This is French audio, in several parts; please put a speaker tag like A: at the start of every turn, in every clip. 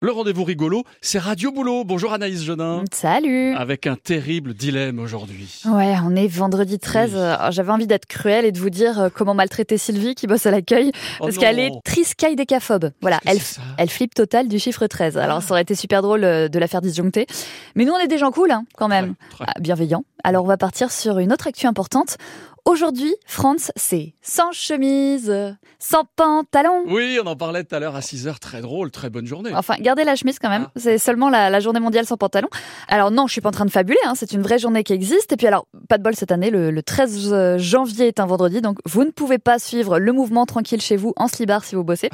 A: Le rendez-vous rigolo, c'est Radio Boulot. Bonjour Anaïs Jeunin.
B: Salut
A: Avec un terrible dilemme aujourd'hui.
B: Ouais, on est vendredi 13.
A: Oui.
B: Alors, J'avais envie d'être cruelle et de vous dire euh, comment maltraiter Sylvie qui bosse à l'accueil
A: Oh
B: parce
A: non.
B: qu'elle est triskaïdécaphobe. Voilà,
A: Qu'est-ce
B: elle,
A: que c'est Ah. ça
B: elle flippe totale du chiffre 13. Alors ça aurait été super drôle euh, de la faire disjoncter. Mais nous, on est des gens cool hein, quand même,
A: Très, très.
B: Ah, bienveillants. Alors on va partir sur une autre actu importante. Aujourd'hui, France, c'est sans chemise, sans pantalon.
A: Oui, on en parlait tout à l'heure à 6h. Très drôle, très bonne journée.
B: Enfin, gardez la chemise quand même.
A: Ah.
B: C'est seulement la, la journée mondiale sans pantalon. Alors non, je suis pas en train de fabuler. hein. C'est une vraie journée qui existe. Et puis alors, pas de bol cette année. Le, le 13 janvier est un vendredi, donc vous ne pouvez pas suivre le mouvement tranquille chez vous en slibard si vous bossez.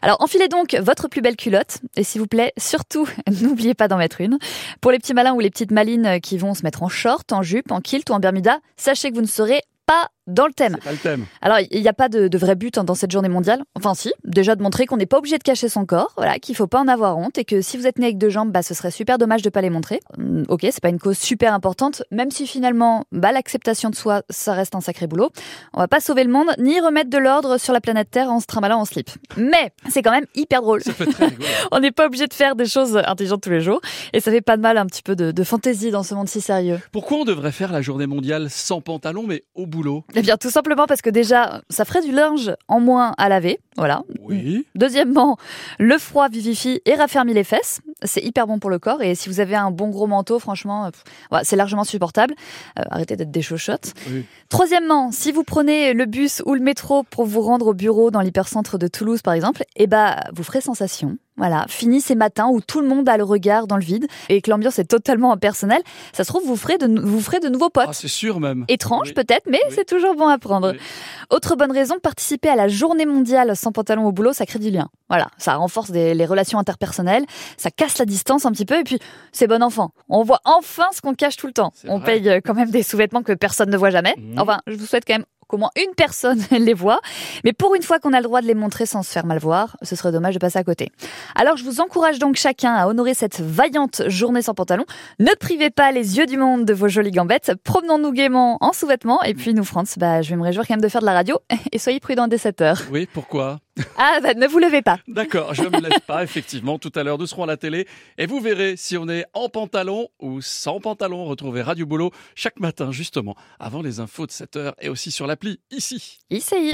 B: Alors enfilez donc votre plus belle culotte. Et s'il vous plaît, surtout, n'oubliez pas d'en mettre une. Pour les petits malins ou les petites malines qui vont se mettre en short, en jupe, en kilt ou en bermuda, sachez que vous ne serez pas dans le thème.
A: C'est pas le thème.
B: Alors, il n'y a pas de, de vrai but hein, dans cette journée mondiale. Enfin, si, déjà de montrer qu'on n'est pas obligé de cacher son corps, voilà, qu'il faut pas en avoir honte et que si vous êtes né avec deux jambes, bah, ce serait super dommage de pas les montrer. Hum, ok, c'est pas une cause super importante, même si finalement, bah, l'acceptation de soi, ça reste un sacré boulot. On va pas sauver le monde ni remettre de l'ordre sur la planète Terre en se trimballant en slip. Mais c'est quand même hyper drôle.
A: Ça fait très rigolo.
B: On n'est pas obligé de faire des choses intelligentes tous les jours et ça fait pas de mal un petit peu de- de fantaisie dans ce monde si sérieux.
A: Pourquoi on devrait faire la journée mondiale sans pantalon mais au boulot
B: Eh bien, tout simplement parce que déjà, ça ferait du linge en moins à laver. Voilà.
A: Oui.
B: Deuxièmement, le froid vivifie et raffermit les fesses. C'est hyper bon pour le corps. Et si vous avez un bon gros manteau, franchement, euh, pff, ouais, c'est largement supportable. Euh, arrêtez d'être des chochottes.
A: Oui.
B: Troisièmement, si vous prenez le bus ou le métro pour vous rendre au bureau dans l'hypercentre de Toulouse, par exemple, eh bah, vous ferez sensation. Voilà, fini ces matins où tout le monde a le regard dans le vide et que l'ambiance est totalement impersonnelle. Ça se trouve, vous ferez de, nou- vous ferez de nouveaux potes.
A: Ah, c'est sûr même.
B: Étrange
A: Oui.
B: peut-être, mais
A: Oui.
B: c'est toujours bon à prendre.
A: Oui.
B: Autre bonne raison, participer à la journée mondiale sans pantalon au boulot, ça crée du lien. Voilà, ça renforce des- les relations interpersonnelles, ça casse la distance un petit peu, et puis c'est bon enfant. On voit enfin ce qu'on cache tout le temps.
A: C'est
B: On
A: vrai.
B: paye euh, quand même des sous-vêtements que personne ne voit jamais.
A: Mhm.
B: Enfin, je vous souhaite quand même qu'au moins une personne les voit. Mais pour une fois qu'on a le droit de les montrer sans se faire mal voir, ce serait dommage de passer à côté. Alors je vous encourage donc chacun à honorer cette vaillante journée sans pantalon. Ne privez pas les yeux du monde de vos jolies gambettes. Promenons-nous gaiement en sous-vêtements. Et puis nous, France, bah, je vais me réjouir quand même de faire de la radio. Et soyez prudents dès 7 heures.
A: Oui, pourquoi
B: Ah, bah, ne vous levez pas.
A: D'accord, je ne me lève pas, effectivement. Tout à l'heure, nous serons à la télé et vous verrez si on est en pantalon ou sans pantalon. Retrouvez Radio Boulot chaque matin, justement, avant les infos de 7h et aussi sur l'appli ici.
B: Ici.